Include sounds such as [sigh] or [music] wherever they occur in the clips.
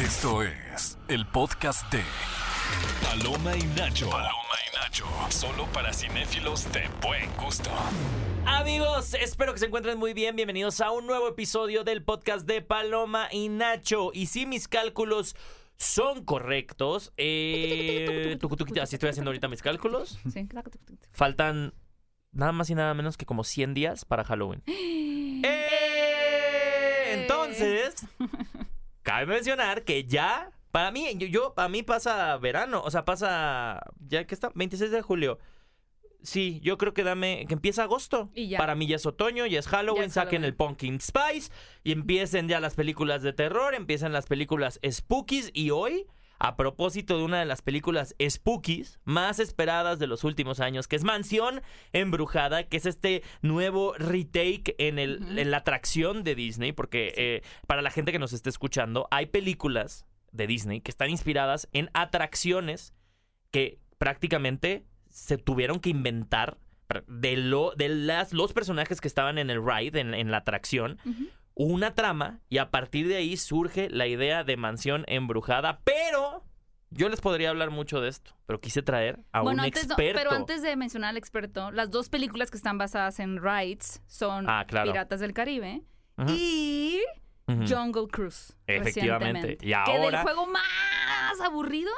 Esto es el podcast de Paloma y Nacho. Paloma y Nacho. Solo para cinéfilos de buen gusto. Amigos, espero que se encuentren muy bien. Bienvenidos a un nuevo episodio del podcast de Paloma y Nacho. Y si mis cálculos son correctos, eh, tucutuquita, así estoy haciendo ahorita mis cálculos. [laughs] Sí. Faltan nada más y nada menos que como 100 días para Halloween. ¡Eh! Entonces, cabe mencionar que ya, para mí, yo, yo- para mí pasa verano, o sea, pasa, ya que está, 26 de julio. Sí, yo creo que dame, que empieza agosto. Y ya. Para mí ya es otoño, ya es Halloween, Ya es saquen Halloween. el Pumpkin Spice y empiecen ya las películas de terror, empiezan las películas spookies y hoy, a propósito de una de las películas spookies más esperadas de los últimos años, que es Mansión Embrujada, que es este nuevo retake en, el, Ujú. en la atracción de Disney, porque eh, para la gente que nos esté escuchando, hay películas de Disney que están inspiradas en atracciones que prácticamente se tuvieron que inventar de, lo, de las, los personajes que estaban en el ride, en, en la atracción, Ujú. una trama y a partir de ahí surge la idea de mansión embrujada. Pero yo les podría hablar mucho de esto, pero quise traer a Bueno, un antes, no, experto. pero antes de mencionar al experto, las dos películas que están basadas en Rights son Ah, claro. Piratas del Caribe Ujú, y ujú. Jungle Cruise. Efectivamente. recientemente. Y Que del ahora- juego más aburrido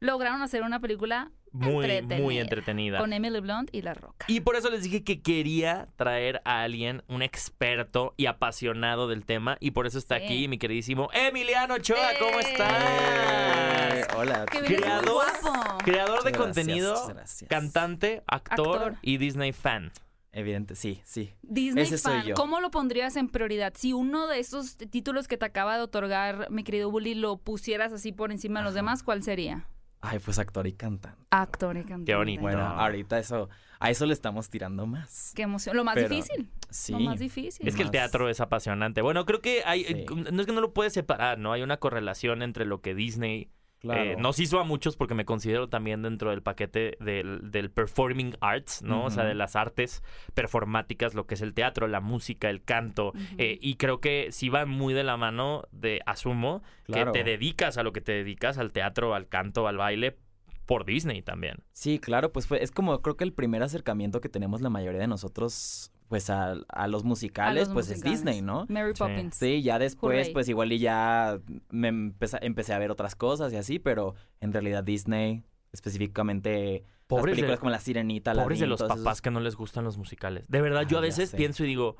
lograron hacer una película muy, muy entretenida. entretenida. con Emily Blunt y La Roca. Y por eso les dije que quería traer a alguien, un experto y apasionado del tema. Y por eso está Sí. aquí mi queridísimo Emiliano Ochoa. ¿Cómo ¡Eh! estás? Eh, hola. Que vienes muy Creador, guapo. creador de Muchas gracias, contenido, muchas gracias. cantante, actor, Actor. y Disney fan. Evidente, sí, sí. Disney Ese soy fan, yo. ¿cómo lo pondrías en prioridad? Si uno de esos t- títulos que te acaba de otorgar, mi querido Bully, lo pusieras así por encima de los demás, ¿cuál sería? Ay, pues actor y cantante. Actor y cantante. Qué bonito. Bueno, No. ahorita eso, a eso le estamos tirando más. Qué emoción. Lo más Pero- difícil. Sí. Lo más difícil. Es que el Más. teatro es apasionante. Bueno, creo que hay, eh, Sí. no es que no lo puedes separar, ¿no? Hay una correlación entre lo que Disney Claro. eh, nos hizo a muchos porque me considero también dentro del paquete del, del performing arts, ¿no? O sea, Ujú. de las artes performáticas, lo que es el teatro, la música, el canto. eh, y creo que sí van muy de la mano de, asumo, Claro. que te dedicas a lo que te dedicas, al teatro, al canto, al baile, por Disney también. Sí, claro, pues fue, es como creo que el primer acercamiento que tenemos la mayoría de nosotros, pues a, a los A musicales, los pues musicales. es Disney, ¿no? Mary Sí. Poppins. Sí, ya después, Hooray. pues igual y ya me empecé, empecé a ver otras cosas y así, pero en realidad Disney, específicamente las Pobres de- películas como La Sirenita, Pobres de Aladdin, los todos papás esos- que no les gustan los musicales. De verdad, yo Ah, a ya veces sé. pienso y digo,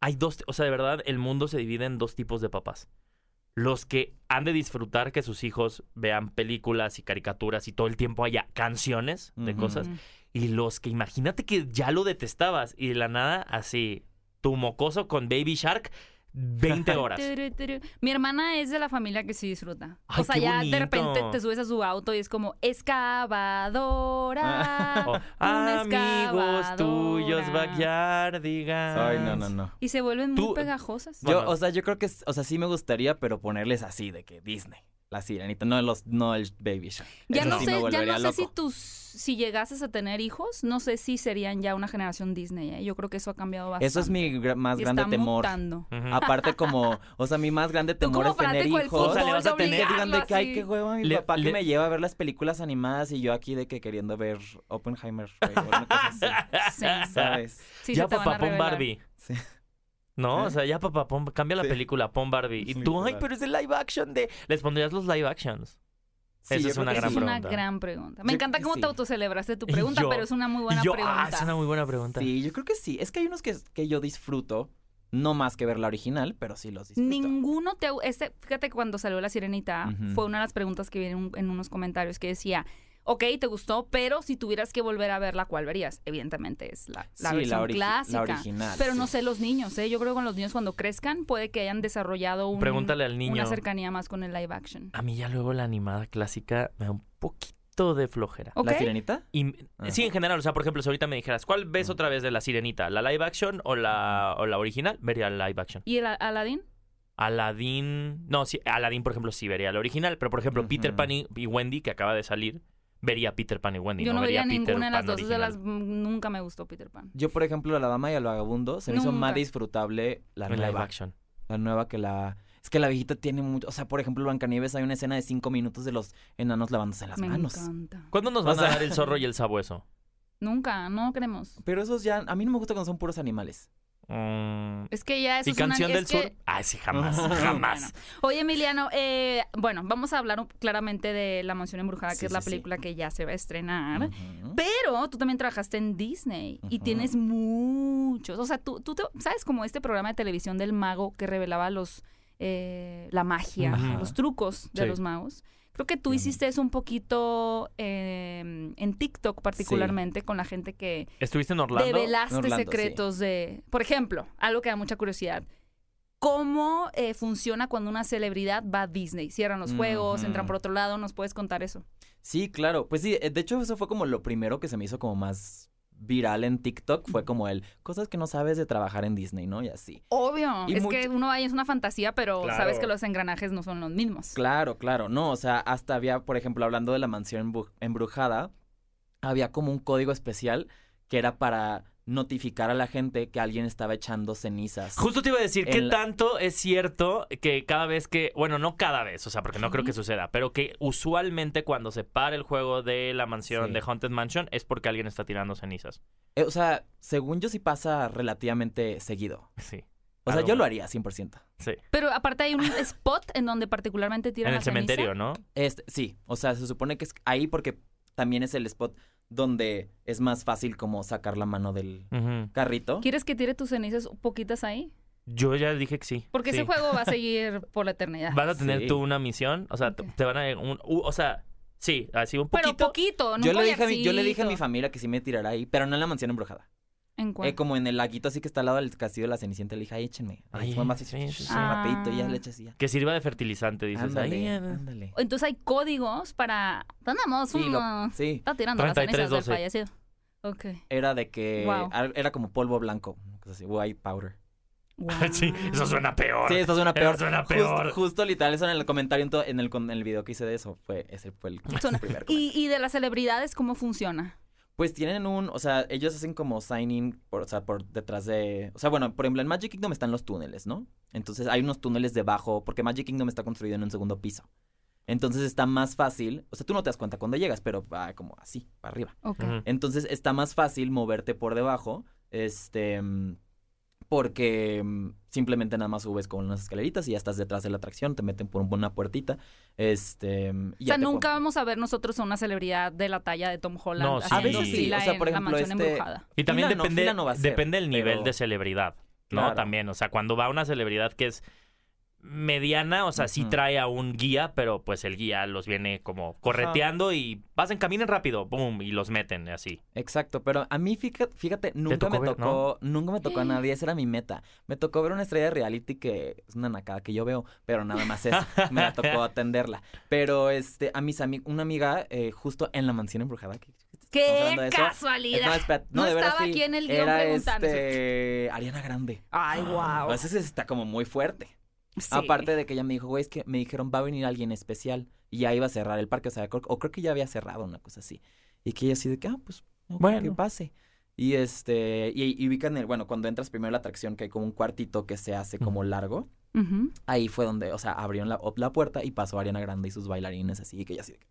hay dos, o sea, de verdad, el mundo se divide en dos tipos de papás. Los que han de disfrutar que sus hijos vean películas y caricaturas y todo el tiempo haya canciones de Ujú. cosas. Mm. Y los que imagínate que ya lo detestabas y de la nada así, tu mocoso con Baby Shark, 20 [laughs] horas. Turu, turu. Mi hermana es de la familia que sí disfruta. Ay, o sea, qué ya bonito. de repente te subes a su auto y es como excavadora. O, una Ah. amigos tuyos, excavadora". backyard, digas. Ay, no, no, no. [laughs] Y se vuelven Tú- muy pegajosas. Bueno. Yo, o sea, yo creo que, s- o sea, sí me gustaría, pero ponerles así de que Disney, la sirenita, no los, no el Baby Shark. Ya Eso no, sí sé, me ya no volvería sé si loco. tus, si llegases a tener hijos, no sé si serían ya una generación Disney. ¿eh? Yo creo que eso ha cambiado bastante. Eso es mi gra- más Y grande está temor. mutando. Ujú. Aparte como, o sea, mi más grande Tú temor como es tener fanático del hijos. fútbol, O sea, le vas a de tener- que digan de que ay, obligarlo qué así. hueva mi Le- papá le- que me lleva a ver las películas animadas y yo aquí de que queriendo ver Oppenheimer, güey, o una cosa [laughs] así, Sí, ¿sabes? sí, ya se te van a papá pon revelar. Barbie. Sí. No, o sea, ya papá pon, cambia la Sí. película, pon Barbie. Y Sí, tú, ay, literal. pero es el live action de. Les pondrías los live actions. Sí, Esa yo es creo una que Esa gran es sí. una pregunta. gran pregunta. Me Yo encanta creo que cómo sí. te [laughs] autocelebraste tu pregunta, yo- pero es una muy buena y yo, pregunta. ah, es una muy buena pregunta. Sí, yo creo que sí. Es que hay unos que, que yo disfruto, no más que ver la original, pero sí los disfruto. Ninguno te... au- Este, fíjate que cuando salió La Sirenita, Ujú. fue una de las preguntas que vienen en unos comentarios que decía, ok, te gustó, pero si tuvieras que volver a verla, ¿cuál verías? Evidentemente es la, la Sí, versión origi- clásica. La original. Pero sí. no sé los niños, ¿eh? Yo creo que con los niños cuando crezcan puede que hayan desarrollado un- Pregúntale al niño. una cercanía más con el live action. A mí ya luego la animada clásica me da un poquito de flojera. Ok. ¿La sirenita? Y- Ajá. sí, en general, o sea, por ejemplo, si ahorita me dijeras, ¿cuál ves Ujú. otra vez de la sirenita? ¿La live action o la, o la original? Vería la live action. ¿Y el Aladdin? Aladdin. No, sí, Aladdin, por ejemplo, sí vería la original. Pero, por ejemplo, Peter Ujú. Pan y, y Wendy, que acaba de salir, vería Peter Pan y Wendy. Yo no, vería ninguna de las dos. es de original. las, mm, nunca me gustó Peter Pan. Yo, por ejemplo, La Dama y el Vagabundo se me hizo más Nunca. disfrutable la En nueva. live action. La nueva que la. Es que la viejita tiene mucho. O sea, por ejemplo, en Blancanieves hay una escena de cinco minutos de los enanos lavándose las Me manos. encanta. ¿Cuándo nos O van a sea- [laughs] dar el zorro y el sabueso? Nunca, no queremos. Pero esos ya. A mí no me gusta cuando son puros animales. Mm, Es que ya eso ¿Y es una- canción es del que- sur? Ah, sí, jamás, [laughs] jamás. Oye, Emiliano, eh, bueno, vamos a hablar un- claramente de La Mansión Embrujada, que Sí, es la sí, sí. película que ya se va a estrenar. Ujú. Pero tú también trabajaste en Disney y Ujú. tienes muchos. O sea, tú, tú te- sabes como este programa de televisión del mago que revelaba los eh, la magia, Ajá. los trucos de Sí. los magos. Creo que tú Ujú. hiciste eso un poquito eh, en TikTok particularmente con la gente que ¿Estuviste en Orlando? develaste Orlando, sí. secretos de... Por ejemplo, algo que da mucha curiosidad. ¿Cómo eh, funciona cuando una celebridad va a Disney? Cierran los juegos, Ujú. entran por otro lado, ¿nos puedes contar eso? Sí, claro. Pues sí, eh, de hecho eso fue como lo primero que se me hizo como más viral en TikTok. Fue como el cosas que no sabes de trabajar en Disney, ¿no? Y así. Obvio, Y es mucho- que uno ahí es una fantasía, pero Claro. sabes que los engranajes no son los mismos. Claro, claro. No, o sea, hasta había, por ejemplo, hablando de la mansión embru- embrujada, había como un código especial que era para notificar a la gente que alguien estaba echando cenizas. Justo te iba a decir, ¿qué En la- tanto es cierto que cada vez que, bueno, no cada vez, o sea, porque no creo que suceda, pero que usualmente cuando se para el juego de la mansión Sí. de Haunted Mansion es porque alguien está tirando cenizas. Eh, o sea, según yo sí pasa relativamente seguido. Sí. O sea, Algo yo lo más. haría 100%. Sí. Pero aparte hay un [laughs] spot en donde particularmente tiran En la el cementerio, ceniza. ¿no? Este, sí, o sea, se supone que es ahí porque también es el spot donde es más fácil como sacar la mano del Ujú. carrito. ¿Quieres que tire tus cenizas poquitas ahí? Yo ya dije que sí. Porque sí. ese juego [laughs] va a seguir por la eternidad. Vas a tener Sí. tú una misión, o sea, te- Ok. te van a... un- u- o sea, sí, así un Pero poquito. poquito, no Yo le, dije a mi, yo le dije a mi familia que sí me tirara ahí, pero no en la mansión embrujada. ¿En cuál? Eh, como en el laguito así que está al lado del castillo de la Cenicienta, le dije, ay, échenme. Ay, Ahí fue más sí, un sí, sí. rapidito, ya Ah. le echas y ya. que sirva de fertilizante, dices. Ay, Ándale, ya, ándale. Entonces hay códigos para... Andamos, Sí, lo- uno- sí, está tirando las 33, cenizas del 12. fallecido. Ok. era de que Wow. ar- era como polvo blanco, una cosa así, white powder. Wow. [laughs] [laughs] sí, eso suena peor. Sí, esto suena Eso peor. suena Justo- peor. Justo, literal, eso en el comentario, en, todo- en el, con- en el video que hice de eso, fue, ese fue el, Suena- primer ¿Y, y de las celebridades, ¿cómo funciona? Pues tienen un, o sea, ellos hacen como signing, por, o sea, por detrás de, o sea, bueno, por ejemplo, en Magic Kingdom están los túneles, ¿no? Entonces hay unos túneles debajo, porque Magic Kingdom está construido en un segundo piso. Entonces está más fácil, o sea, tú no te das cuenta cuando llegas, pero va como así, para arriba. Ok. Ujú. Entonces está más fácil moverte por debajo, este, mm, porque mm, simplemente nada más subes con unas escaleritas y ya estás detrás de la atracción, te meten por una puertita, este, mm, y O ya sea, te nunca vamos a ver nosotros a una celebridad de la talla de Tom Holland No, sí. A haciendo veces sí, fila o sea, en por la ejemplo, mansión este- embrujada. Y también Fila no, depende, fila no va a ser, depende del nivel pero- de celebridad, ¿no? Claro. También, o sea, cuando va una celebridad que es mediana, o sea, sí Ujú. trae a un guía, pero pues el guía los viene como correteando y pasen, caminen rápido, boom, y los meten así. Exacto, pero a mí fíjate, fíjate, nunca tocó me ver, tocó, nunca me tocó a nadie, esa era mi meta. Me tocó ver una estrella de reality que es una nacada que yo veo, pero nada más eso, me [laughs] la tocó atenderla. Pero este, a mis amigos, una amiga eh, justo en la mansión embrujada. que- estamos ¡Qué hablando de eso. casualidad! No, espera, No no, de veras estaba sí, aquí en el guión era preguntándose. este, Ariana Grande. Ay, wow. A veces está como muy fuerte. Aparte de que ella me dijo, güey, es que me dijeron va a venir alguien especial y ya iba a cerrar el parque, o sea, creo- o creo que ya había cerrado una cosa así. Y que ella así de que, ah, pues, no, Bueno. que pase. Y este, y, y ubican el, bueno, cuando entras primero a la atracción que hay como un cuartito que se hace como largo, Ujú. ahí fue donde, o sea, abrieron la, la puerta y pasó Ariana Grande y sus bailarines así, y que ella así de que,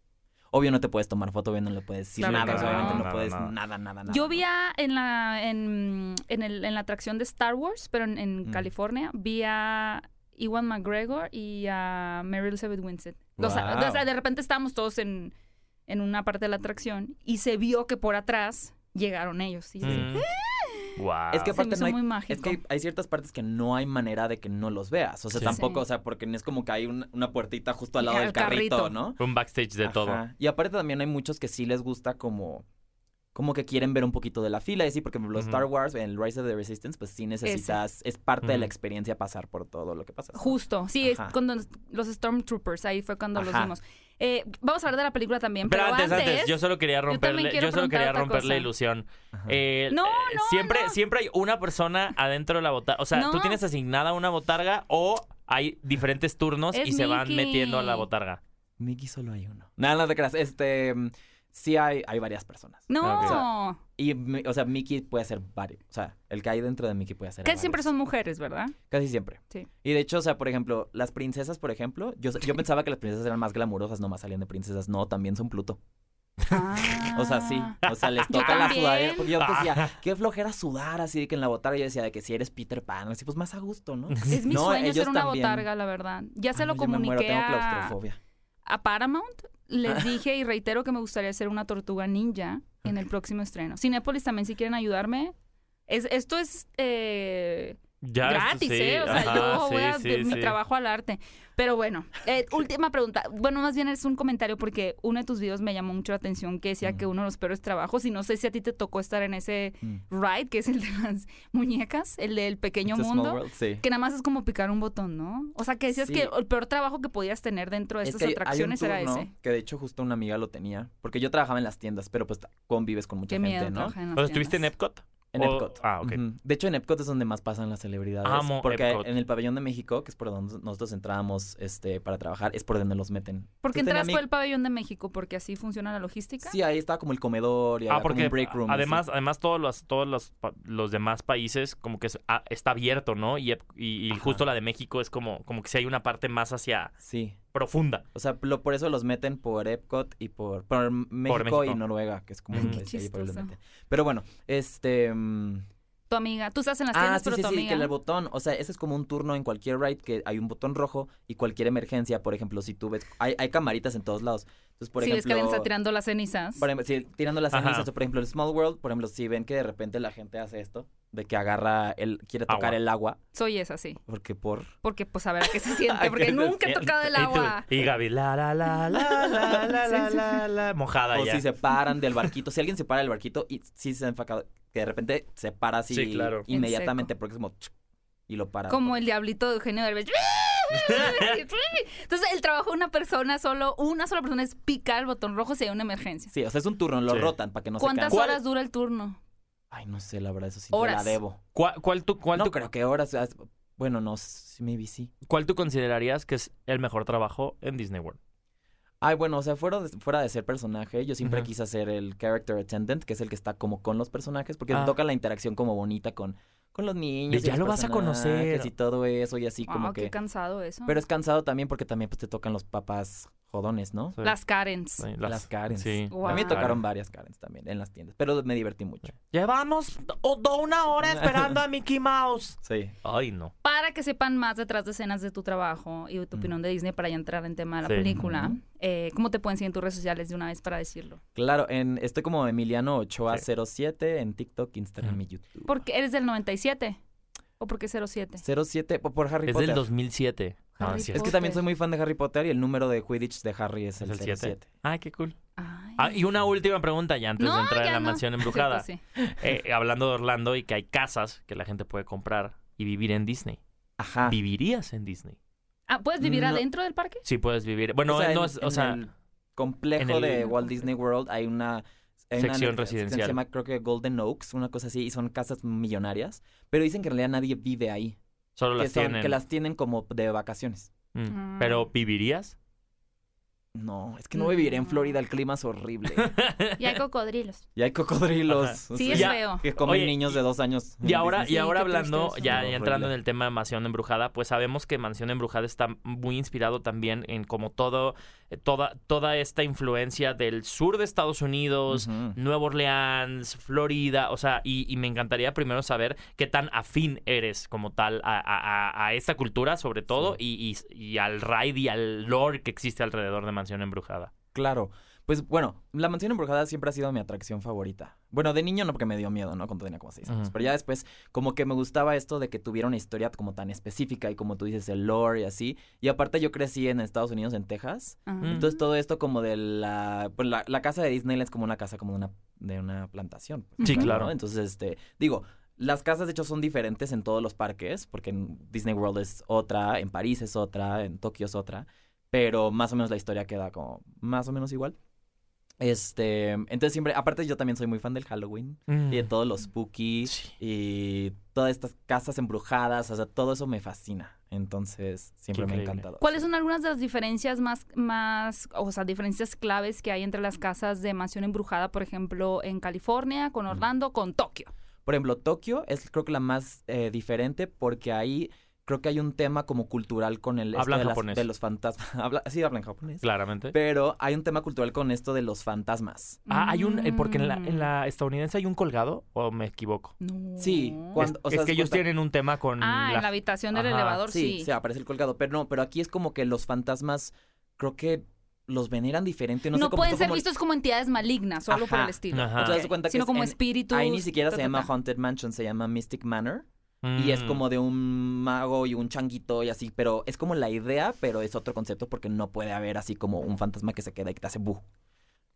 obvio no te puedes tomar foto, obvio no le puedes decir Claro nada, que o sea, no. obviamente no, Nada, puedes nada. nada, nada, nada. Yo vi a- en la en, en el- en la atracción de Star Wars, pero en, en Mm. California, vi a Iwan McGregor y a Mary Elizabeth Winstead. O sea, Wow. o sea, de repente estábamos todos en, en una parte de la atracción y se vio que por atrás llegaron ellos. Y yo dije, [laughs] Wow. Es que se me Mm. aparte hizo no hay- muy Es mágico. que hay ciertas partes que no hay manera de que no los veas. O sea, Sí. tampoco, Sí. o sea, porque no es como que hay un- una puertita justo al lado Al del carrito, carrito. ¿no? un backstage de Ajá. todo. Y aparte también hay muchos que sí les gusta como. Como que quieren ver un poquito de la fila. Y sí, porque por ejemplo, Ujú. Star Wars, en el Rise of the Resistance, pues sí necesitas. Es parte de Ujú. la experiencia pasar por todo lo que pasa. ¿no? Justo, sí, es Ajá. cuando los Stormtroopers, ahí fue cuando los Ajá. vimos. Eh, vamos a hablar de la película también, Pero pero, antes, antes, yo solo quería también romperle, yo, quiero solo preguntar quería otra romper la cosa. ilusión. Ajá. Eh, No, eh, no, siempre, no. siempre hay una persona adentro de la botarga. O sea, tú No. tienes asignada una botarga o hay diferentes turnos Es y se van Mickey. metiendo a la botarga. Mickey solo hay uno. Nada, no te creas. Este. mm, sí hay, hay varias personas. No. Y, mi- o sea, Mickey puede ser varios. O sea, el que hay dentro de Mickey puede ser Casi siempre son mujeres, ¿verdad? Casi siempre. Sí. Y de hecho, o sea, por ejemplo, las princesas, por ejemplo, yo, yo pensaba que las princesas eran más glamurosas, nomás salían de princesas. No, también son Pluto. [laughs] O sea, sí. Ah. O sea, les [laughs] Yo toca la también. sudadera. Porque yo antes decía, qué flojera sudar así de que en la botarga. Yo decía de que si eres Peter Pan, así pues más a gusto, [laughs] ¿no? [laughs] Es mi No, sueño ellos ser una también. botarga, la verdad. Ya se Ay, lo no, yo me muero, comuniqué tengo a, claustrofobia. a Paramount. [laughs] Les dije y reitero que me gustaría ser una tortuga ninja en el próximo estreno. Cinépolis también, si quieren ayudarme. Es, esto es eh, Ya, esto gratis, sí, ¿eh? O sea, ajá, yo voy sí, a sí, de- mi sí. trabajo al arte. Pero bueno, eh, última pregunta. Bueno, más bien es un comentario porque uno de tus videos me llamó mucho la atención que decía Mm. que uno de los peores trabajos, y no sé si a ti te tocó estar en ese Mm. ride, que es el de las muñecas, el del pequeño It's a small mundo. world, sí. Que nada más es como picar un botón, ¿no? O sea, que decías Sí. que el peor trabajo que podías tener dentro de Es estas que hay- hay un atracciones era turno ese. Que de hecho justo una amiga lo tenía. Porque yo trabajaba en las tiendas, pero pues convives con mucha Qué gente, miedo ¿no? trabajar en las O sea, ¿Estuviste en tiendas. Epcot? En O- Epcot. Ah, ok. Ujú. De hecho, en Epcot es donde más pasan las celebridades. Amo porque Epcot. en el pabellón de México, que es por donde nosotros entrábamos este, para trabajar, es por donde los meten. ¿Por qué Entonces, tenía entras por mi- el pabellón de México? Porque así funciona la logística. Sí, ahí estaba como el comedor y Ah, había como porque un break room. además, además todos los, todos los, pa- los demás países como que es- ah, está abierto, ¿no? Y, Ep- y- y Ajá. justo la de México es como, como que si hay una parte más hacia así. Sí. profunda. O sea, lo- por eso los meten por Epcot y por, por México, y México. Noruega, que es como Ay, un qué país que ahí por chistoso. donde meten. Pero bueno, este... mm, Tu amiga. Tú estás en las Ah, tiendas, sí, pero sí, tu sí, amiga. que el botón, o sea, ese es como un turno en cualquier ride que hay un botón rojo y cualquier emergencia, por ejemplo, si tú ves, hay, hay camaritas en todos lados. Entonces, por si ves que ejemplo, alguien está tirando las cenizas. por ejemplo, sí, tirando las Ajá. cenizas, o por ejemplo, el Small World, por ejemplo, si ven que de repente la gente hace esto, de que agarra el, quiere tocar Agua. el agua, Soy esa, sí. porque por Porque pues a ver a qué [laughs] se siente. ¿A Porque qué se nunca he tocado Eh, el [laughs] Y tú- agua. Y, Gaby, la, la, la, la, la, la, la, [laughs] Sí, sí. la, la, mojada o ya. si se [laughs] paran del barquito, si alguien se para del barquito y sí se ha enfocado, que de repente se para así Sí, claro. inmediatamente, En porque es como tsk, y lo para. Como el diablito de Eugenio Derbez. Entonces, el trabajo de una persona, solo una sola persona, es picar el botón rojo si hay una emergencia. Sí, o sea, es un turno, lo Sí. rotan para que no se ¿Cuántas canse. horas dura el turno? Ay, no sé, la verdad, eso sí te la Horas. debo. ¿Cuál, cuál tú, cuál, no tú, creo que horas. as- Bueno, no, sí, maybe sí. cuál tú considerarías que es el mejor trabajo en Disney World? Ay, bueno, o sea, fuera de, fuera de ser personaje, yo siempre Ujú. quise ser el character attendant, que es el que está como con los personajes, porque Ah. te toca la interacción como bonita con, con los niños. ya los lo vas a personajes conocer. Y todo eso, y así Wow, como qué que. cansado eso. Pero es cansado también porque también pues, te tocan los papás jodones, ¿no? Sí. Las Karens. Sí, Las, Karens. Sí. Guau. A mí me Wow. tocaron varias Karens también en las tiendas, pero me divertí mucho. Llevamos o- do- una [laughs] hora esperando a Mickey Mouse. Sí. Ay, no. Para que sepan más detrás de escenas de tu trabajo y de tu Mm. opinión de Disney para ya entrar en tema de la Sí. película, Ujú. eh, ¿cómo te pueden seguir en tus redes sociales de una vez para decirlo? Claro, en, estoy como Emiliano Ochoa Sí. 07 en TikTok, Instagram y YouTube. Porque eres del 97 o porque 07. 07 po- por Harry es Potter. del 2007. No, Harry es Es cierto. que también soy muy fan de Harry Potter y el número de Quidditch de Harry es, Es el el 07. 7. Ay, qué cool. Ay. Ah, y una última pregunta ya antes No, de entrar ya en la no. [laughs] mansión Sí, embrujada. pues sí. Eh, eh, hablando de Orlando y que hay casas que la gente puede comprar y vivir en Disney. Ajá. ¿Vivirías en Disney? Ah, ¿Puedes vivir Mm, No. adentro del parque? Sí, puedes vivir. Bueno, O sea, no en- es- o en sea, el Complejo en el- de Walt Disney World hay una hay una Sección ne- residencial. Se llama creo que Golden Oaks, una cosa así, y son casas millonarias, pero dicen que en realidad nadie vive ahí, solo que, las son- tienen. que las tienen como de vacaciones. Mm. Mm. Pero ¿vivirías? [laughs] No, es que no viviré en No. Florida, el clima es [laughs] horrible. Mm, Y hay cocodrilos. y hay cocodrilos Ajá. Sí, es Ya. feo. que comen Oye, niños y- de dos años. Y ahora, Sí, y ahora qué triste hablando, eso. ya, ya Horrible. entrando en el tema de Mansión Embrujada, pues sabemos que Mansión Embrujada está muy inspirado también en como todo, eh, toda, toda esta influencia del sur de Estados Unidos, Ujú. Nueva Orleans, Florida, o sea, y, y me encantaría primero saber qué tan afín eres como tal a, a- a- a esta cultura, sobre todo, y, y- y al raid y al lore que existe alrededor de Mansión Embrujada. Claro. Pues bueno, la mansión embrujada siempre ha sido mi atracción favorita. Bueno, de niño no porque me dio miedo, ¿no? Cuando tenía como seis años. Ujú. Pero ya después, como que me gustaba esto de que tuviera una historia como tan específica y como tú dices, el lore y así. Y aparte yo crecí en Estados Unidos, en Texas. Mm. Ajá. Entonces todo esto como de la... Pues la, la casa de Disneyland es como una casa como de una, de una plantación. pues, Sí, ¿no? claro. Entonces, este, digo... Las casas, de hecho, son diferentes en todos los parques, porque en Disney World es otra, en París es otra, en Tokio es otra, pero más o menos la historia queda como más o menos igual. Este, entonces siempre, aparte yo también soy muy fan del Halloween Mm. y de todos los spooky Sí. y todas estas casas embrujadas, o sea, todo eso me fascina. Entonces, siempre me ha increíble. encantado. ¿Cuáles son algunas de las diferencias más, más, o sea, diferencias claves que hay entre las casas de mansión embrujada, por ejemplo, en California, con Orlando, con Tokio? Por ejemplo, Tokio es creo que la más eh, diferente porque ahí creo que hay un tema como cultural con el esto Hablan de, las- japonés. de los fantasmas. [laughs] Habla- sí, hablan japonés. Claramente. Pero hay un tema cultural con esto de los fantasmas. Ah, hay un. eh, porque en la, Mm. en la estadounidense hay un colgado, o me equivoco. No. Sí, Es, Cuando- o sea, es que se ellos cuenta- tienen un tema con. Ah, la- en la habitación del Ajá, elevador, Sí, sí. se aparece el colgado. Pero no, pero aquí es como que los fantasmas creo que los veneran diferente. No, No, sé cómo pueden son ser como- vistos como entidades malignas, solo por Ajá, el estilo. ajá. Entonces, haz de cuenta que Sino es como en- espíritus. Ahí ni siquiera ta, se ta, llama ta. Haunted Mansion, se llama Mystic Manor. Mm. Y es como de un mago y un changuito y así, pero es como la idea, pero es otro concepto porque no puede haber así como un fantasma que se queda y que te hace bu.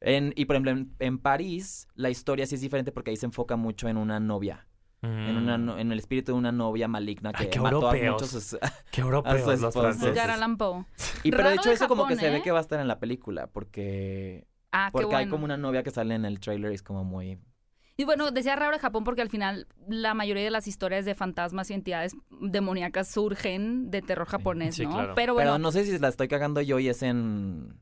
En, y por ejemplo, en, en París, la historia sí es diferente porque ahí se enfoca mucho en una novia, en, una, Mm. no- en el espíritu de una novia maligna que Ay, qué mató a europeos. muchos. sus- Qué europeos los esposo. franceses. Edgar Allan Poe. [laughs] y pero de Raro hecho, de eso como que Japón, se ve ¿eh? que va a estar en la película porque, Ah, qué porque bueno. hay como una novia que sale en el trailer y es como muy. Y bueno, decía raro de Japón porque al final la mayoría de las historias de fantasmas y entidades demoníacas surgen de terror japonés, sí, ¿no? claro. Pero bueno, Pero no sé si la estoy cagando yo y es en.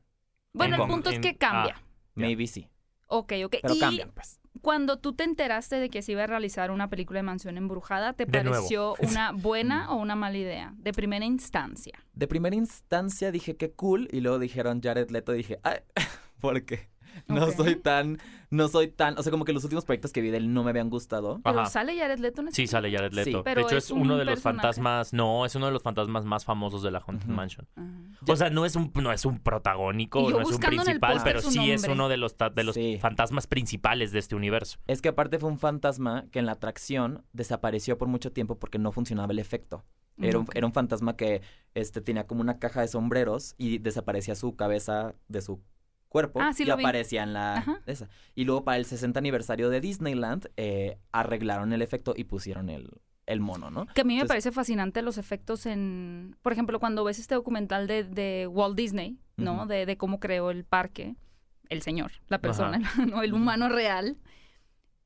bueno el en- punto es en- ah. que cambia. Ya. Maybe sí, Ok, ok. pero Eh, y cambian pues. cuando tú te enteraste de que se iba a realizar una película de mansión embrujada, ¿te De nuevo. pareció [laughs] una buena o una mala idea? De primera instancia. De primera instancia dije que cool y luego dijeron Jared Leto y dije, ay, [laughs] porque no Ok. soy tan, no soy tan, o sea, como que los últimos proyectos que vi de él no me habían gustado. Pero Ajá. sale Jared Leto en esta Sí, sale Jared Leto. Sí. de Pero hecho, es, es un uno de los personaje. fantasmas. No, es uno de los fantasmas más famosos de la Haunted Ujú. Mansion. película. Ah. O sea, no es un, no es un protagónico, Y yo no es un buscando en el principal, póster pero su sí es nombre. uno de los, ta- de los Sí. fantasmas principales de este universo. Es que aparte fue un fantasma que en la atracción desapareció por mucho tiempo porque no funcionaba el efecto. Era un, Ok. era un fantasma que este, tenía como una caja de sombreros y desaparecía su cabeza de su cuerpo Ah, sí y lo vi. aparecía en la Ajá. esa. Y luego para el 60 aniversario de Disneyland eh, arreglaron el efecto y pusieron el, el mono, ¿no? Que a mí me Entonces- parece fascinante los efectos en, por ejemplo, cuando ves este documental de, de Walt Disney, ¿no? Ujú. de, de cómo creó el parque, el señor, la persona, [laughs] ¿no? el Ujú. humano real.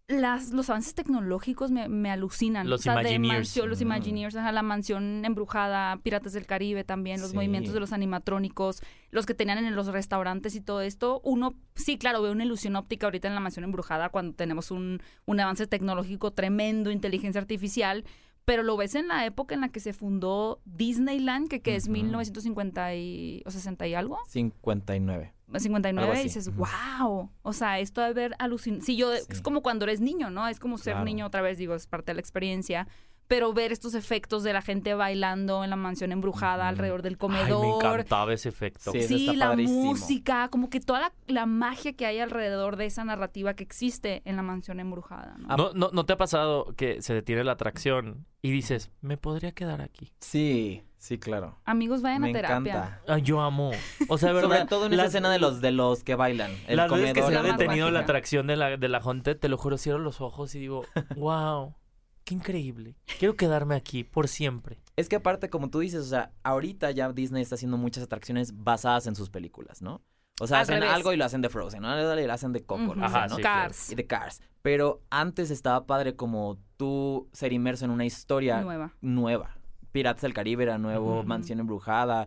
Las, los avances tecnológicos me, me alucinan. Los o sea, de Imagineers. mansión, los Mm. Imagineers, ajá, la mansión embrujada, Piratas del Caribe también, los Sí. movimientos de los animatrónicos, los que tenían en los restaurantes y todo esto. Uno, sí, claro, ve una ilusión óptica ahorita en la mansión embrujada cuando tenemos un, un avance tecnológico tremendo, inteligencia artificial, pero lo ves en la época en la que se fundó Disneyland, que, que es Ujú. 1950 y, o 60 y algo, 59. 59, Algo y así. dices, Ujú. wow, o sea, esto de ver alucin... Sí, yo, Sí. es como cuando eres niño, ¿no? Es como ser Claro. niño otra vez, digo, es parte de la experiencia. Pero ver estos efectos de la gente bailando en la mansión embrujada Ujú. alrededor Ay, del me comedor, encantaba ese efecto. Sí. eso Sí, está la padrísimo. música, como que toda la, la magia que hay alrededor de esa narrativa que existe en la mansión embrujada. ¿no? Ah, ¿No, no, ¿No te ha pasado que se detiene la atracción y dices, me podría quedar aquí? Sí, sí, claro. Amigos, vayan Me a terapia. encanta. Ay, Ah, yo amo. O sea, de verdad. Sobre todo en esa las- escena de los de los que bailan. El las veces que comedor. se La ha más detenido la mágica. atracción de la, de la Haunted, te lo juro, cierro los ojos y digo, wow, qué increíble. Quiero quedarme aquí por siempre. Es que aparte, como tú dices, o sea, ahorita ya Disney está haciendo muchas atracciones basadas en sus películas, ¿no? O sea, Al hacen revés. algo y lo hacen de Frozen, ¿no? Y lo hacen de Coco, Ujú. lo Ajá, hacen, ¿no? sí, claro. Cars. Y de Cars. Pero antes estaba padre como tú ser inmerso en una historia nueva. Nueva. Piratas del Caribe era nuevo, Ujú. Mansión Embrujada,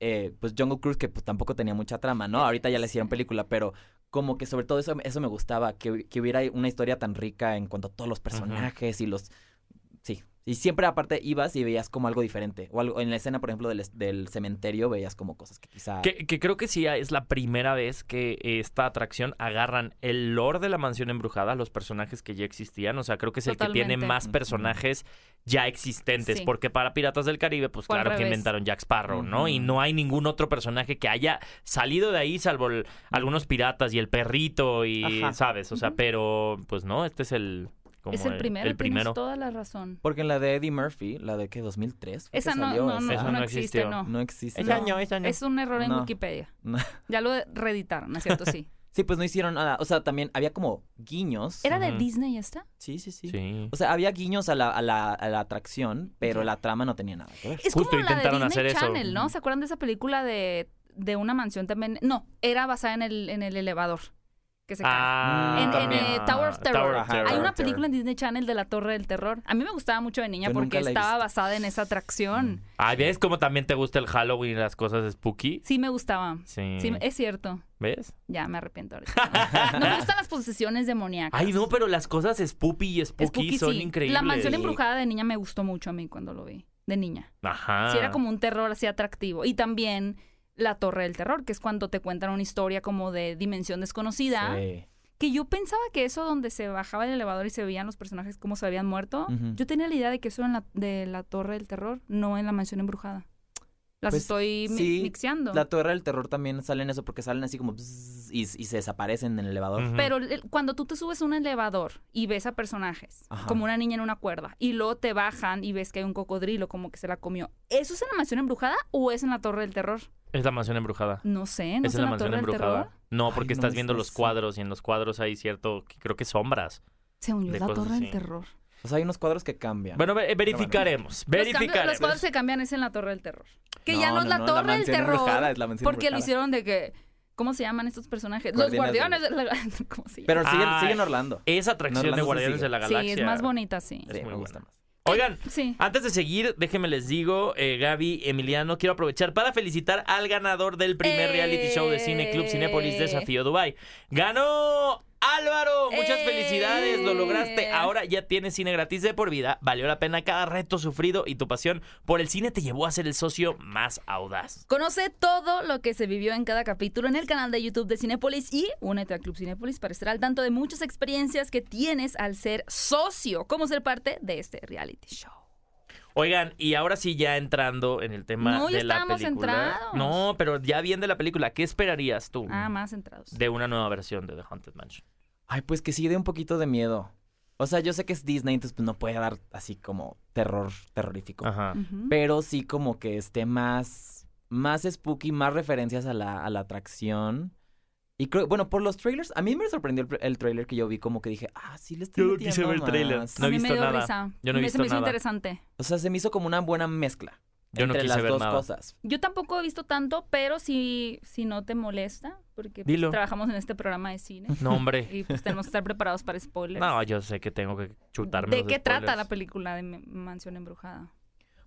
eh, pues Jungle Cruise, que pues tampoco tenía mucha trama, ¿no? Ahorita ya le hicieron película, pero como que sobre todo eso, eso me gustaba, que, que hubiera una historia tan rica en cuanto a todos los personajes y los... Sí, y siempre aparte ibas y veías como algo diferente, o algo en la escena, por ejemplo, del, es- del cementerio, veías como cosas que quizá... Que, que creo que sí ah, es la primera vez que eh, esta atracción agarran el lore de la mansión embrujada, los personajes que ya existían. O sea, creo que es el que tiene Totalmente. más personajes ya existentes. Sí. Porque para Piratas del Caribe, pues Fue al claro que revés. inventaron Jack Sparrow, ¿no? Y Ujú. no hay ningún otro personaje que haya salido de ahí, salvo el- algunos piratas y el perrito y, Ajá. ¿sabes? O sea, Ujú. pero pues no, este es el. como es el primero, El primero. tienes toda la razón. Porque en la de Eddie Murphy, la de que 2003, fue Esa que no, salió, no, no, esa Esa no no existe, existió. no. no existe. Esa no, esa Es un error en No. Wikipedia. No. Ya lo reeditaron, ¿no es cierto? [laughs] Sí. Sí, pues no hicieron nada. O sea, también había como guiños. ¿Era de Ujú. Disney esta? Sí, sí, sí. Sí. O sea, había guiños a la, a la, a la atracción, pero la trama no tenía nada que ver. Es Justo como la de intentaron hacer Disney eso. Channel, ¿no? ¿Se acuerdan de esa película de, de una mansión también? No, era basada en el, en el elevador. que se cae. Ah, En- en, también. eh, Tower of Terror. Ajá. Hay Terror, una película terror. en Disney Channel de la Torre del Terror. A mí me gustaba mucho de niña Yo porque nunca la he estaba visto. Mm, basada en esa atracción. Ay, ¿ves cómo también te gusta el Halloween y las cosas spooky? Sí me gustaba. Sí. Sí, eh, es cierto. ¿Ves? Ya me arrepiento ahorita. [laughs] No me gustan las posesiones Ah, demoníacas. Ay, no, pero las cosas spooky y spooky, Spooky, son sí. increíbles. La mansión embrujada de niña me gustó mucho a mí cuando lo vi, de niña. Ajá. Sí Ah. era como un terror así atractivo. Y también la Torre del Terror, que es cuando te cuentan una historia como de dimensión desconocida. Sí. Que yo pensaba que eso donde se bajaba el elevador y se veían los personajes como se habían muerto, Ujú. yo tenía la idea de que eso era en la, de la Torre del Terror, no en la mansión embrujada. Las Pues, estoy mi- sí, mixeando. La Torre del Terror también salen eso porque salen así como bzzz y, y se desaparecen en el elevador. Ujú. Pero el- cuando tú te subes a un elevador y ves a personajes, Ajá. como una niña en una cuerda, y luego te bajan y ves que hay un cocodrilo como que se la comió, ¿eso es en la mansión embrujada o es en la Torre del Terror? Es la mansión embrujada. No sé, no es es en la en la mansión Torre del Terror. embrujada. No, Ay, porque no estás me viendo sé los eso. cuadros y en los cuadros hay cierto, que creo que sombras. Según yo, De es la cosas Torre del así. Terror. O sea, hay unos cuadros que cambian. Bueno, ve- verificaremos. Los cambios- Verificaremos. Los cuadros se cambian es en la Torre del Terror. Que ya no es la Torre del mansión Terror. embrujada, es la mansión Porque lo embrujada. hicieron de que. ¿Cómo se llaman estos personajes? Los Guardianes guardianes. de la- [laughs] ¿Cómo se llaman? Pero siguen, Ah, siguen Orlando. Esa atracción No, de no se Guardianes sigue. de la Galaxia. Sí, es más bonita, sí. es Sí, muy me gusta más. Oigan, Sí. antes de seguir, déjenme les digo, eh, Gaby, Emiliano, quiero aprovechar para felicitar al ganador del primer ¡Eh! reality show de Cine Club Cinépolis Desafío Dubai. ¡Ganó! Álvaro, muchas ¡Eh! felicidades, lo lograste. Ahora ya tienes cine gratis de por vida. Valió la pena cada reto sufrido y tu pasión por el cine te llevó a ser el socio más audaz. Conoce todo lo que se vivió en cada capítulo en el canal de YouTube de Cinépolis y únete a Club Cinépolis para estar al tanto de muchas experiencias que tienes al ser socio, como ser parte de este reality show. Oigan, y ahora sí ya entrando en el tema No, ya de la estábamos película. entrados. No, pero ya bien de la película, ¿qué esperarías tú Ah, más centrados. de una nueva versión de The Haunted Mansion? Ay, pues que sí dé un poquito de miedo. O sea, yo sé que es Disney, entonces pues, no puede dar así como terror terrorífico. Ajá. Ujú. Pero sí como que esté más, más spooky, más referencias a la, a la atracción. Y creo, bueno, por los trailers, a mí me sorprendió el, el trailer que yo vi, como que dije, ah, sí le estoy Yo no quise metiendo ver trailer. más". No he A mí visto me dio nada. risa. Yo no he Me- visto Se me hizo nada. interesante. O sea, se me hizo como una buena mezcla Yo no entre quise las ver dos nada. cosas. Yo tampoco he visto tanto, pero si, si no te molesta, porque pues, Dilo. trabajamos en este programa [laughs] de cine No, [laughs] hombre. y pues tenemos que estar preparados para spoilers. No, yo sé que tengo que chutarme. ¿De los qué trata spoilers. la película de M- Mansión Embrujada?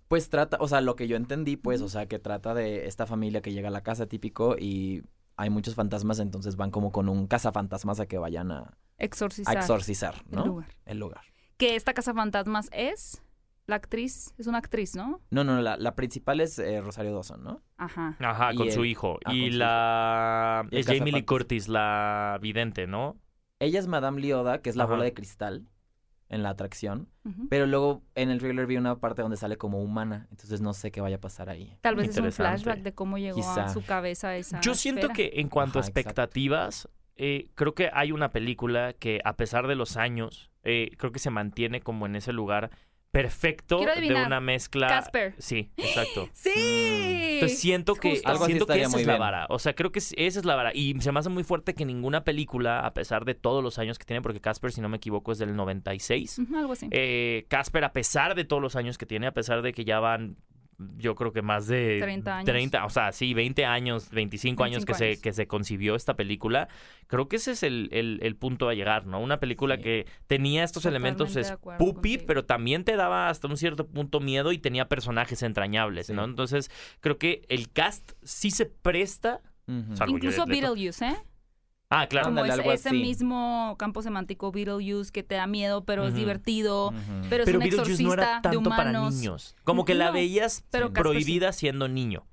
Pues trata, o sea, lo que yo entendí, pues, o sea, que trata de esta familia que llega a la casa típico y hay muchos fantasmas, entonces van como con un cazafantasmas a que vayan a, a Exorcizar. exorcizar, el ¿no? lugar. El lugar. Que esta Casa Fantasmas es la actriz, es una actriz, ¿no? No, no, la, la principal es eh, Rosario Dawson, ¿no? Ajá. Ajá, Y con el- su hijo. ah, y con su la. Y el Es Jamie Lee cazafantas. Curtis, la vidente, ¿no? Ella es Madame Lioda, que es la Ajá. bola de cristal en la atracción, Ujú. pero luego en el trailer vi una parte donde sale como humana, entonces no sé qué vaya a pasar ahí. Tal vez es un Interesante. flashback de cómo llegó a Quizá. su cabeza esa. Yo siento esfera. que en cuanto a Ajá, exacto. expectativas, eh, creo que hay una película que, a pesar de los años, eh, creo que se mantiene como en ese lugar perfecto Quiero de adivinar. una mezcla. Casper. Sí, [laughs] exacto. ¡Sí! Entonces siento que, Justo. Algo así siento que estaría esa muy es la bien. vara. O sea, creo que es- esa es la vara. Y se me hace muy fuerte que ninguna película, a pesar de todos los años que tiene, porque Casper, si no me equivoco, es del 96. Ujú, algo así. Eh, Casper, a pesar de todos los años que tiene, a pesar de que ya van, yo creo que más de 30 años. 30, o sea, sí, 20 años, 25, años, que, 25 Se, años. que se concibió esta película, creo que ese es el, el- el punto a llegar, ¿no? Una película Sí. que tenía estos elementos Totalmente de acuerdo spoopy, contigo. pero también te daba hasta un cierto punto miedo y tenía personajes entrañables, Sí. ¿no? Entonces, creo que el cast sí se presta. Ujú. Salvo Incluso Jared Leto. Beetlejuice, ¿eh? Ah, claro. Como Ándale, es- algo ese así. mismo campo semántico Beetlejuice que te da miedo, pero es Ujú. Mm. divertido, Ujú. pero es Pero un Beetlejuice exorcista no era de tanto humanos. para niños. Como que la No, veías pero Casper sí. prohibida siendo niño.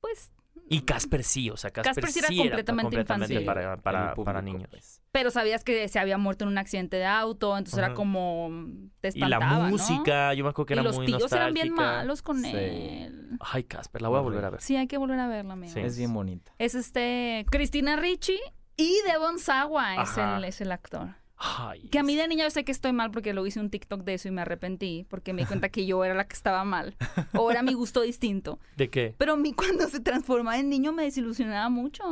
Pues, Y Casper sí, o sea, Casper, Casper sí era sí era completamente completamente infantil. para, el para, público, para niños. pues. pero sabías que se había muerto en un accidente de auto, entonces Ajá. era como mm, te Y la espantaba, ¿no? música, yo me acuerdo que y era los muy tíos eran bien nostálgica. malos con Sí. él. Ay, Casper, la voy a volver a ver. Sí, hay que volver a verla, amigo. Sí. Es bien bonita. Es este Cristina Ricci y Devon Sawa es Ajá. el, es el actor. Ay, Que a mí de niña yo sé que estoy mal porque lo hice un TikTok de eso y me arrepentí porque me di cuenta que yo era la que estaba mal o era mi gusto distinto. ¿De qué? Pero a mí cuando se transformaba en niño me desilusionaba mucho.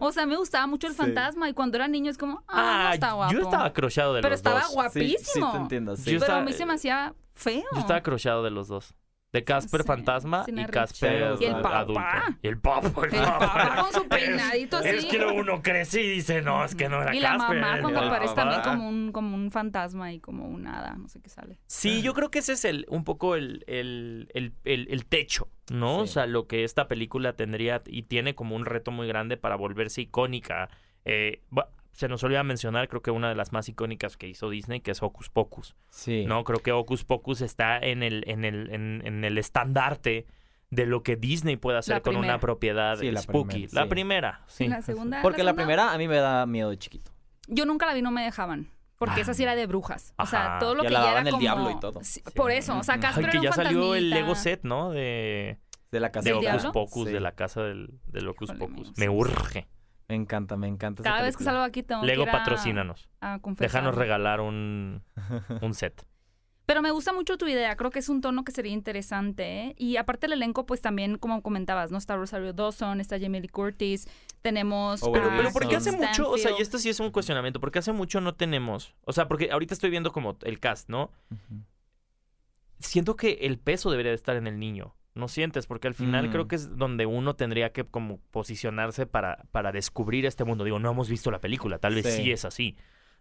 O sea, me gustaba mucho el Sí. fantasma y cuando era niño es como, ah, no está guapo. yo estaba crochado de Pero los estaba dos. guapísimo. Sí, sí te entiendo, sí. Yo Pero estaba- a mí se me hacía feo. Yo estaba crochado de los dos. De Casper Sí, Fantasma sin y arrecho. Casper Y el ad- papá. adulto. Y el papá. El papá con su peinadito [laughs] es, Es así. que luego uno crece y dice, no, es que no era y la Casper. mamá era cuando el aparece papá. también como un, como un fantasma y como un hada, no sé qué sale. Sí, yo creo que ese es el, un poco el, el, el, el- el techo, ¿no? O Sí. sea, lo que esta película tendría y tiene como un reto muy grande para volverse icónica. Eh, bu- se nos olvida mencionar, creo que una de las más icónicas que hizo Disney, que es Hocus Pocus. Sí. No, creo que Hocus Pocus está en el, en el, en, en el estandarte de lo que Disney puede hacer La con primera. una propiedad Sí, la spooky. primera, La sí. primera, sí. La segunda. Porque la segunda- primera a mí me da miedo de chiquito. Yo nunca la vi, no me dejaban. Porque Ah. esa sí era de brujas. O sea, Ajá. todo lo Ya que la ya era daban el como- diablo y todo. Sí, Por eso, o sea, Ay, Ay, Casper que era un ya salió el fantasmita. Lego set, ¿no? De, De la casa de ¿Del Hocus diablo? Pocus, Sí. de la casa del, del Hocus Híjole, Pocus. amigos. Me urge. Me encanta, me encanta. esa Cada vez que película. salgo aquí tengo Lego que ir a- patrocínanos. a confesar. Déjanos regalar un, un set. Pero me gusta mucho tu idea, creo que es un tono que sería interesante. ¿eh? Y aparte el elenco, pues también, como comentabas, ¿no? Está Rosario Dawson, está Jamie Lee Curtis, tenemos... [laughs] Oh, Pero, Ah, pero ¿por qué sí. hace mucho? O sea, y Stanfield. esto sí es un cuestionamiento. ¿Por qué hace mucho no tenemos? O sea, porque ahorita estoy viendo como el cast, ¿no? Ujú. Siento que el peso debería de estar en el niño. ¿No sientes? Porque al final Mm. creo que es donde uno tendría que como posicionarse para, para descubrir este mundo. Digo, no hemos visto la película, tal vez sí, Sí. es así.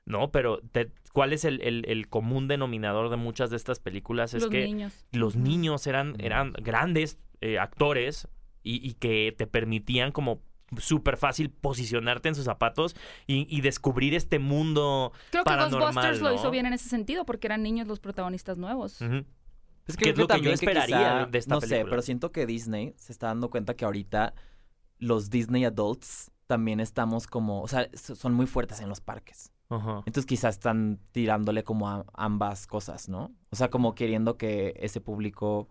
¿No? Pero te- ¿cuál es el, el- el común denominador de muchas de estas películas? Es Los que niños. los Ujú. niños eran, Ujú. eran grandes eh, actores y, y que te permitían como súper fácil posicionarte en sus zapatos y, y descubrir este mundo. Creo que paranormal, Ghostbusters lo ¿no? hizo bien en ese sentido, porque eran niños los protagonistas nuevos. Ujú. Es ¿Qué creo es lo que yo también esperaría de esta No sé, película? pero siento que Disney se está dando cuenta que ahorita los Disney Adults también estamos como, o sea, so- son muy fuertes en los parques. Ajá. Entonces quizás están tirándole como a ambas cosas, ¿no? O sea, como queriendo que ese público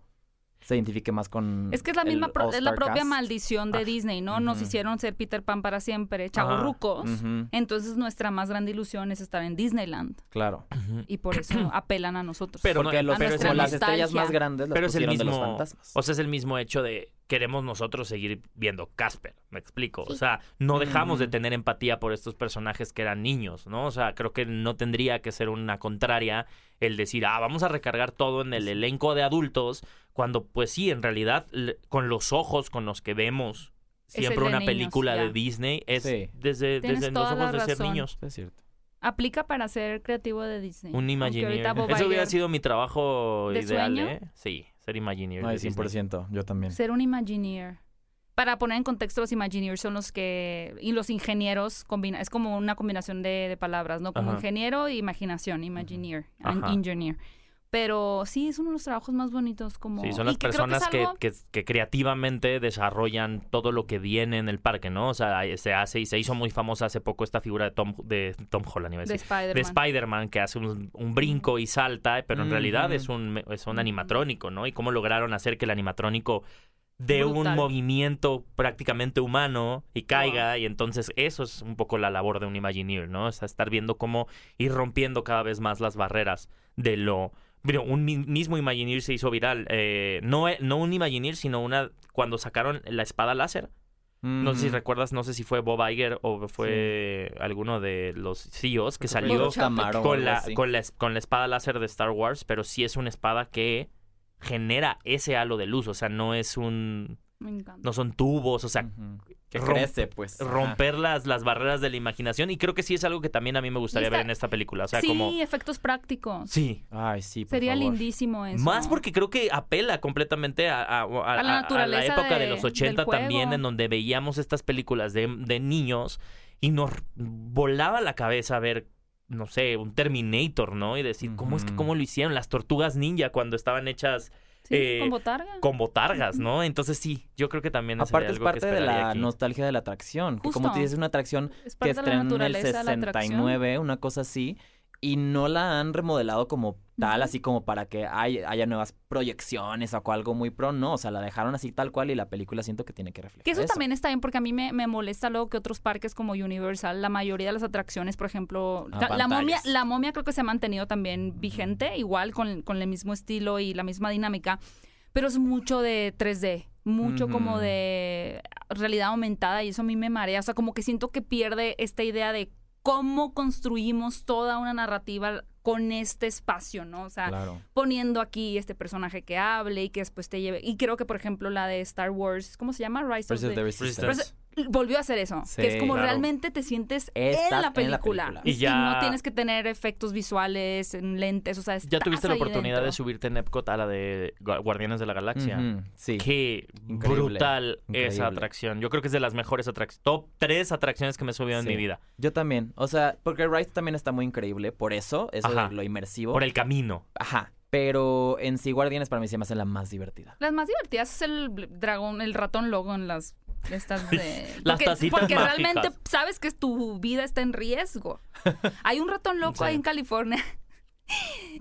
se identifique más con Es que es la el misma, pro- es la All-Star propia cast. maldición de Ah, Disney, ¿no? Nos ujú. hicieron ser Peter Pan para siempre, chavorrucos. Ujú, Entonces nuestra más grande ilusión es estar en Disneyland Claro. Ujú. y [clears throat] por eso apelan a nosotros. Pero Porque no, los- a pero es nuestra como el- las nostalgia. estrellas más grandes las pero es el pusieron de los mismo- fantasmas. o sea, es el mismo hecho de queremos nosotros seguir viendo Casper, me explico. O sea, no dejamos de Mm. tener empatía por estos personajes que eran niños, ¿no? O sea, creo que no tendría que ser una contraria el decir, ah, vamos a recargar todo en el elenco de adultos, cuando pues sí, en realidad, l- con los ojos con los que vemos Es el siempre de una niños, película ya. de Disney es Sí. desde, Tienes desde los toda la ojos de ser razón. niños. es cierto. Aplica para ser creativo de Disney. Un Aunque Imagineer. ahorita Bob Eso hubiera Iger- sido mi trabajo ¿De ideal, sueño? ¿eh? Sí, ser Imagineer. No, de hay Disney. 100%, yo también. Ser un Imagineer. Para poner en contexto, los Imagineers son los que... Y los ingenieros, combina, es como una combinación de, de palabras, ¿no? Como Ajá. ingeniero e imaginación, Imagineer, an- Ajá. Engineer. Pero sí, es uno de los trabajos más bonitos como... Sí, son y las que creo que es personas que, algo- que- que creativamente desarrollan todo lo que viene en el parque, ¿no? O sea, ahí se hace y se hizo muy famosa hace poco esta figura de Tom, de Tom Holland, iba a de decir. Spider-Man. De Spider-Man, que hace un, un brinco y salta, pero en Ujú. realidad es un, es un Ujú. animatrónico, ¿no? Y cómo lograron hacer que el animatrónico dé un Brutal. movimiento prácticamente humano y caiga, y entonces eso es un poco la labor de un Imagineer, ¿no? O sea, estar viendo cómo ir rompiendo cada vez más las barreras de lo... Pero un mi- mismo Imagineer se hizo viral. eh, no, e- no un Imagineer, sino una... Cuando sacaron la espada láser. No sé si Ujú. recuerdas, no sé si fue Bob Iger o fue alguno de los CEOs que Creo que salió fue Camarón o con algo la, así. con, la, es- con la espada láser de Star Wars, pero sí es una espada que genera ese halo de luz. O sea, no es un... Me encanta. No son tubos, o sea, Ujú. que romp- crece, pues. Ajá. romper las, las barreras de la imaginación. Y creo que sí es algo que también a mí me gustaría Y esta- ver en esta película. O sea, sí, como... efectos prácticos. Sí, Ay, sí, por Sería favor. lindísimo eso. Más porque creo que apela completamente a, a- a- A la a- naturaleza época de, de- los 80 del juego. también, en donde veíamos estas películas de, de niños y nos volaba la cabeza ver, no sé, un Terminator, ¿no? Y decir, ¿cómo es que Ujú. cómo lo hicieron? Las tortugas ninja cuando estaban hechas Sí, eh, con botarga. con botargas, ¿no? Entonces sí, yo creo que también sería Aparte es algo parte que de esperaría la aquí. nostalgia de la atracción. Que Justo. como tú dices, es una atracción es que parte de la estrenó en el naturaleza, la atracción. 69, una cosa así, y no la han remodelado como tal, Ujú. así como para que hay- haya nuevas proyecciones o algo muy pro. No, o sea, la dejaron así tal cual y la película siento que tiene que reflejar. Que eso, también está bien porque a mí me, me molesta luego que otros parques como Universal, la mayoría de las atracciones, por ejemplo, Ah, la- la, momia, pantallas. la momia creo que se ha mantenido también vigente, igual con, con el mismo estilo y la misma dinámica, pero es mucho de 3D, mucho como Ujú. de realidad aumentada y eso a mí me marea, o sea, como que siento que pierde esta idea de cómo construimos toda una narrativa con este espacio, ¿no? O sea, Claro. poniendo aquí este personaje que hable y que después te lleve. Y creo que, por ejemplo, la de Star Wars, ¿cómo se llama? Rise of Versus the- the Resistance. Resistance. Volvió a hacer eso, Sí, que es como claro. realmente te sientes Estás en la en la película. película. Y Y, ya- no tienes que tener efectos visuales, en lentes, o sea, Ya tuviste la oportunidad de subir subirte en Epcot a la de Gua- Guardianes de la Galaxia. Ujú, Sí. Qué Increíble, brutal esa increíble. atracción. Yo creo que es de las mejores atracciones. Top tres atracciones que me he subido en Sí. mi vida. Yo también. O sea, porque Rise también está muy increíble. Por eso, eso Ajá. de lo inmersivo. Por el camino. Ajá. Pero en sí, Guardianes para mí se me hace la más divertida. Las más divertidas es el bl- dragón, el ratón logo en las estas de Las porque, tacitas porque mágicas. realmente sabes que tu vida está en riesgo. Hay un ratón loco Sí. ahí en California. [laughs]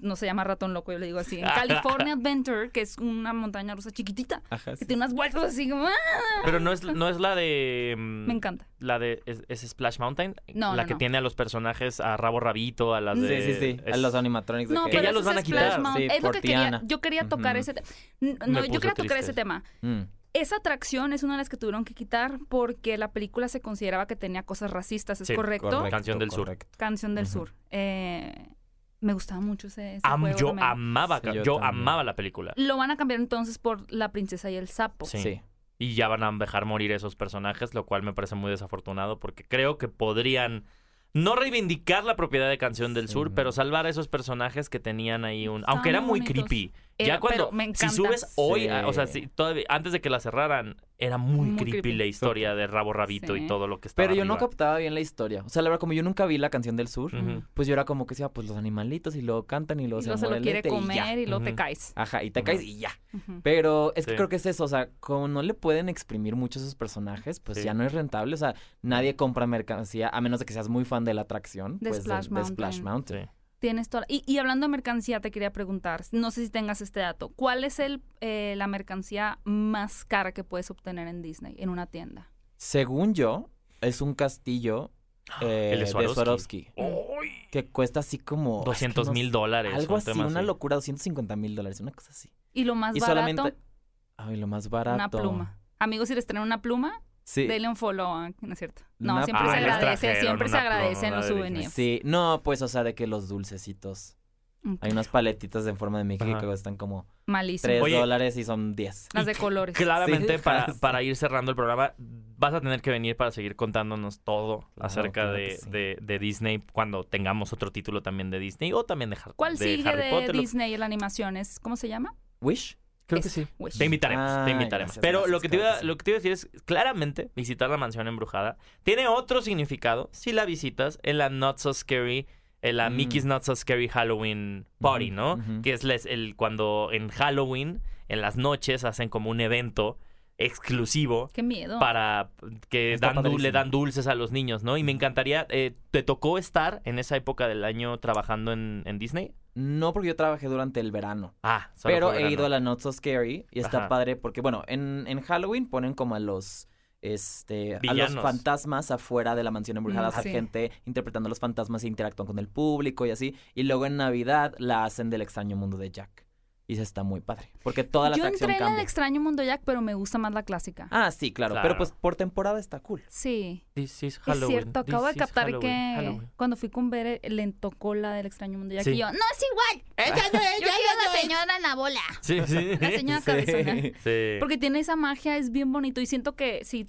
No se llama ratón loco, yo le digo [laughs] así. En California Adventure, que es una montaña rusa chiquitita, Ajá. que tiene unas vueltas así como, ¡ah! Pero no es, no es la de. mm, Me encanta. La de. ¿Es, es Splash Mountain? No, La no, que no. tiene a los personajes a Rabo Rabito, a las Sí, de. sí, sí. es- A los animatronics. de No, que- pero ya eso los van es a quitar. Splash Mountain. Sí, es lo que por quería. Tiana. Yo quería tocar Ujú. ese tema. No, Me yo puso quería tocar triste. ese tema. Mm. Esa atracción es una de las que tuvieron que quitar porque la película se consideraba que tenía cosas racistas, ¿es Sí, correcto? Canción del Sur. correcto. Canción del Ujú. Sur. Eh, me gustaba mucho ese, ese Am- juego yo también. amaba, Sí, ca- yo, yo también. amaba la película. Lo van a cambiar entonces por La princesa y el sapo. Sí. Sí. Y ya van a dejar morir esos personajes, lo cual me parece muy desafortunado porque creo que podrían no reivindicar la propiedad de Canción del Sí, Sur, no. pero salvar a esos personajes que tenían ahí un... Estaban aunque era muy muy bonitos. creepy. ya Era- cuando... Eh, pero me si encanta. subes hoy, Sí. a- o sea, si todavía, antes de que la cerraran, era muy, Muy creepy, creepy. la historia de Rabo Rabito Sí. y todo lo que estaba Pero yo no arriba. Mm. captaba bien la historia. O sea, la verdad, como yo nunca vi la canción del sur, Mm. Ujú. pues yo era como que decía, pues los animalitos y luego cantan y luego Y se, luego se muere lo el quiere ente y ya. comer y luego te Ujú. caes. Ajá, y te Ajá. caes y ya. Ujú. Pero es Sí. que creo que es eso, o sea, como no le pueden exprimir mucho a esos personajes, pues Sí. ya no es rentable, o sea, nadie compra mercancía, a menos de que seas muy fan de la atracción, De pues, Splash Mountain. Splash Mountain. Sí. Tienes toda... y, y hablando de mercancía, te quería preguntar, no sé si tengas este dato, ¿cuál es el, eh, la mercancía más cara que puedes obtener en Disney, en una tienda? Según yo, es un castillo eh, [gasps] El de de Swarovski. Swarovski, ¡Ay! que cuesta así como... ay, es Oh, que 200 no mil sé, dólares. Algo un así, tema una locura, 250 mil dólares, una cosa así. Y lo más y barato, solamente... Ay, lo más barato. una pluma. Amigos, si les traen una pluma, Sí. denle un follow, ah, ¿no es cierto? No, Una siempre pluma. se Ay, les agradece, trajeron siempre se una pluma agradecen los de Disney. souvenirs. Sí, no, pues, o sea, de que los dulcecitos. Ok. Hay unas paletitas en forma de Mickey Ajá. que cuestan como Malísimo. 3 Oye. dólares y son 10. Las de colores. Claramente, Sí. [laughs] para, para ir cerrando el programa, vas a tener que venir para seguir contándonos todo acerca claro de, que sí. de- de Disney cuando tengamos otro título también de Disney o también de, Har- ¿Cuál de sigue Harry de Potter. lo- Disney en la animación? ¿Es, ¿Cómo se llama? Wish. Creo que Esa, sí. Wish. Te invitaremos, te Ah, invitaremos. gracias, Pero gracias, lo, que te claro iba, que sí. lo que te iba a decir es, claramente, visitar la mansión embrujada tiene otro significado si la visitas en la Not So Scary, en la Mm. Mickey's Not So Scary Halloween Party, Ujú, ¿no? ujú. Que es les- el, cuando en Halloween, en las noches, hacen como un evento exclusivo Qué miedo. para que Está dan du- le padrísimo. dan dulces a los niños, ¿no? Y me encantaría, eh, ¿te tocó estar en esa época del año trabajando en, en Disney? No, porque yo trabajé durante el verano. Ah, solo Pero fue he verano. ido a la Not So Scary y está Ajá. padre porque, bueno, en, en Halloween ponen como a los. Este, a los Villanos. fantasmas afuera de la mansión embrujada, Mm, o sea, sí. gente interpretando a los fantasmas e interactúan con el público y así. Y luego en Navidad la hacen del extraño mundo de Jack. Y se está muy padre. Porque toda la Yo atracción entré en el cambia. extraño mundo Jack, pero me gusta más la clásica. Ah, sí, claro, Claro. Pero pues por temporada está cool. Sí. This is Es Halloween, cierto, acabo this is de captar Halloween, que Halloween. cuando fui con Bere le tocó la del extraño mundo de Jack Sí. y yo, no es igual. [laughs] Yo quiero la señora en la bola. Sí, sí. [laughs] La señora [laughs] Sí. cabezona. Sí. Porque tiene esa magia, es bien bonito y siento que si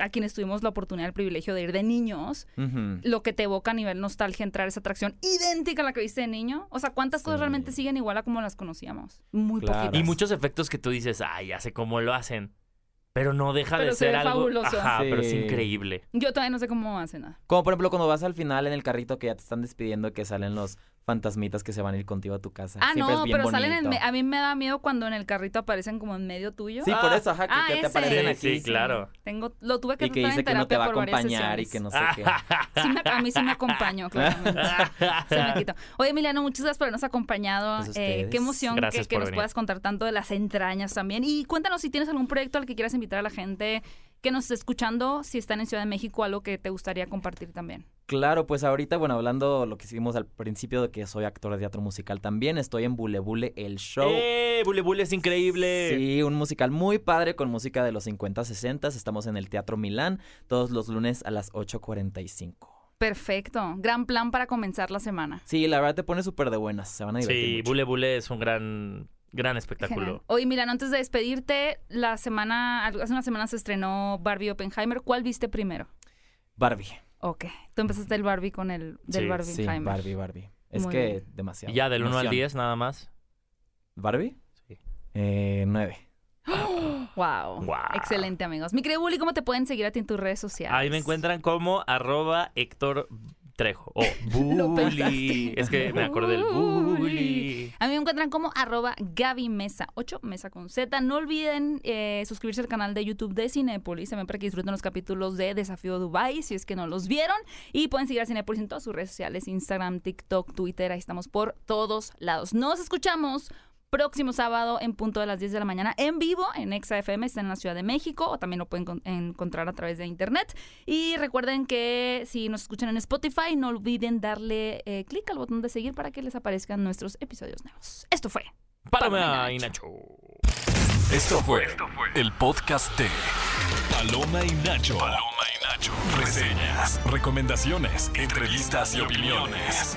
a quienes tuvimos la oportunidad, el privilegio de ir de niños, Ujú. lo que te evoca a nivel nostalgia entrar a esa atracción idéntica a la que viste de niño. O sea, ¿cuántas cosas Sí. realmente siguen igual a como las conocíamos? Muy Claro. Y poquitas. muchos efectos que tú dices, ay, ya sé cómo lo hacen. Pero no deja de Pero se ser ve algo. fabuloso. Ajá, pero es Sí. increíble. Yo todavía no sé cómo hace nada. Como por ejemplo cuando vas al final en el carrito que ya te están despidiendo que salen los fantasmitas que se van a ir contigo a tu casa. Ah, Siempre no, es bien pero salen en... bonito. me- ¿Ah, A mí me da miedo cuando en el carrito aparecen como en medio tuyo. Sí, por eso, ajá, que, Ah, que te ese. aparecen Sí, aquí. sí, claro. Tengo, lo tuve que Y que tratar en dice que no te terapia va a por varias acompañar y sesiones. que no sé qué. [laughs] Sí me- a mí sí me [laughs] acompañó, claramente. Se me quitó. Oye, Emiliano, muchas gracias por habernos acompañado. Gracias a Eh, ustedes. qué emoción Gracias que, que por nos venir. puedas contar tanto de las entrañas también. Y cuéntanos si tienes algún proyecto al que quieras invitar a la gente que nos esté escuchando, si están en Ciudad de México, algo que te gustaría compartir también. Claro, pues ahorita, bueno, hablando lo que hicimos al principio de que soy actor de teatro musical también, estoy en Bule Bule, el show. ¡Eh! Bule Bule es increíble. Sí, un musical muy padre con música de los 50, 60. Estamos en el Teatro Milán todos los lunes a las 8.45. Perfecto. Gran plan para comenzar la semana. Sí, la verdad te pone súper de buenas. Se van a divertir. Sí, mucho. Bule Bule es un gran, gran Genial. espectáculo. Oye, Milano, antes de despedirte, la semana, hace una semana se estrenó Barbie Oppenheimer. ¿Cuál viste primero? Barbie. Ok. Tú empezaste el Barbie con el del Sí, Barbie Sí, Barbie, Barbie. Es Muy que bien. demasiado. Y ya del 1 al Emoción. 10 nada más. ¿Barbie? Sí. Eh, nueve. Wow. Guau. Excelente, amigos. Mi querido Bully, ¿cómo te pueden seguir a ti en tus redes sociales? Ahí me encuentran como arroba Héctor Trejo o [laughs] Lo Bully. Es que me acordé del Bully. A mí me encuentran como arroba Gaby Mesa 8, Mesa con Z. No olviden eh, suscribirse al canal de YouTube de Cinepolis, también para que disfruten los capítulos de Desafío Dubai, si es que no los vieron. Y pueden seguir a Cinepolis en todas sus redes sociales, Instagram, TikTok, Twitter, ahí estamos por todos lados. Nos escuchamos próximo sábado en punto de las 10 de la mañana en vivo en Exa FM, está en la Ciudad de México, o también lo pueden con- encontrar a través de internet. Y recuerden que si nos escuchan en Spotify, no olviden darle eh, clic al botón de seguir para que les aparezcan nuestros episodios nuevos. Esto fue. Paloma y Nacho. Esto fue el podcast de Paloma y Nacho. Paloma y Nacho. Reseñas, recomendaciones, entrevistas y opiniones.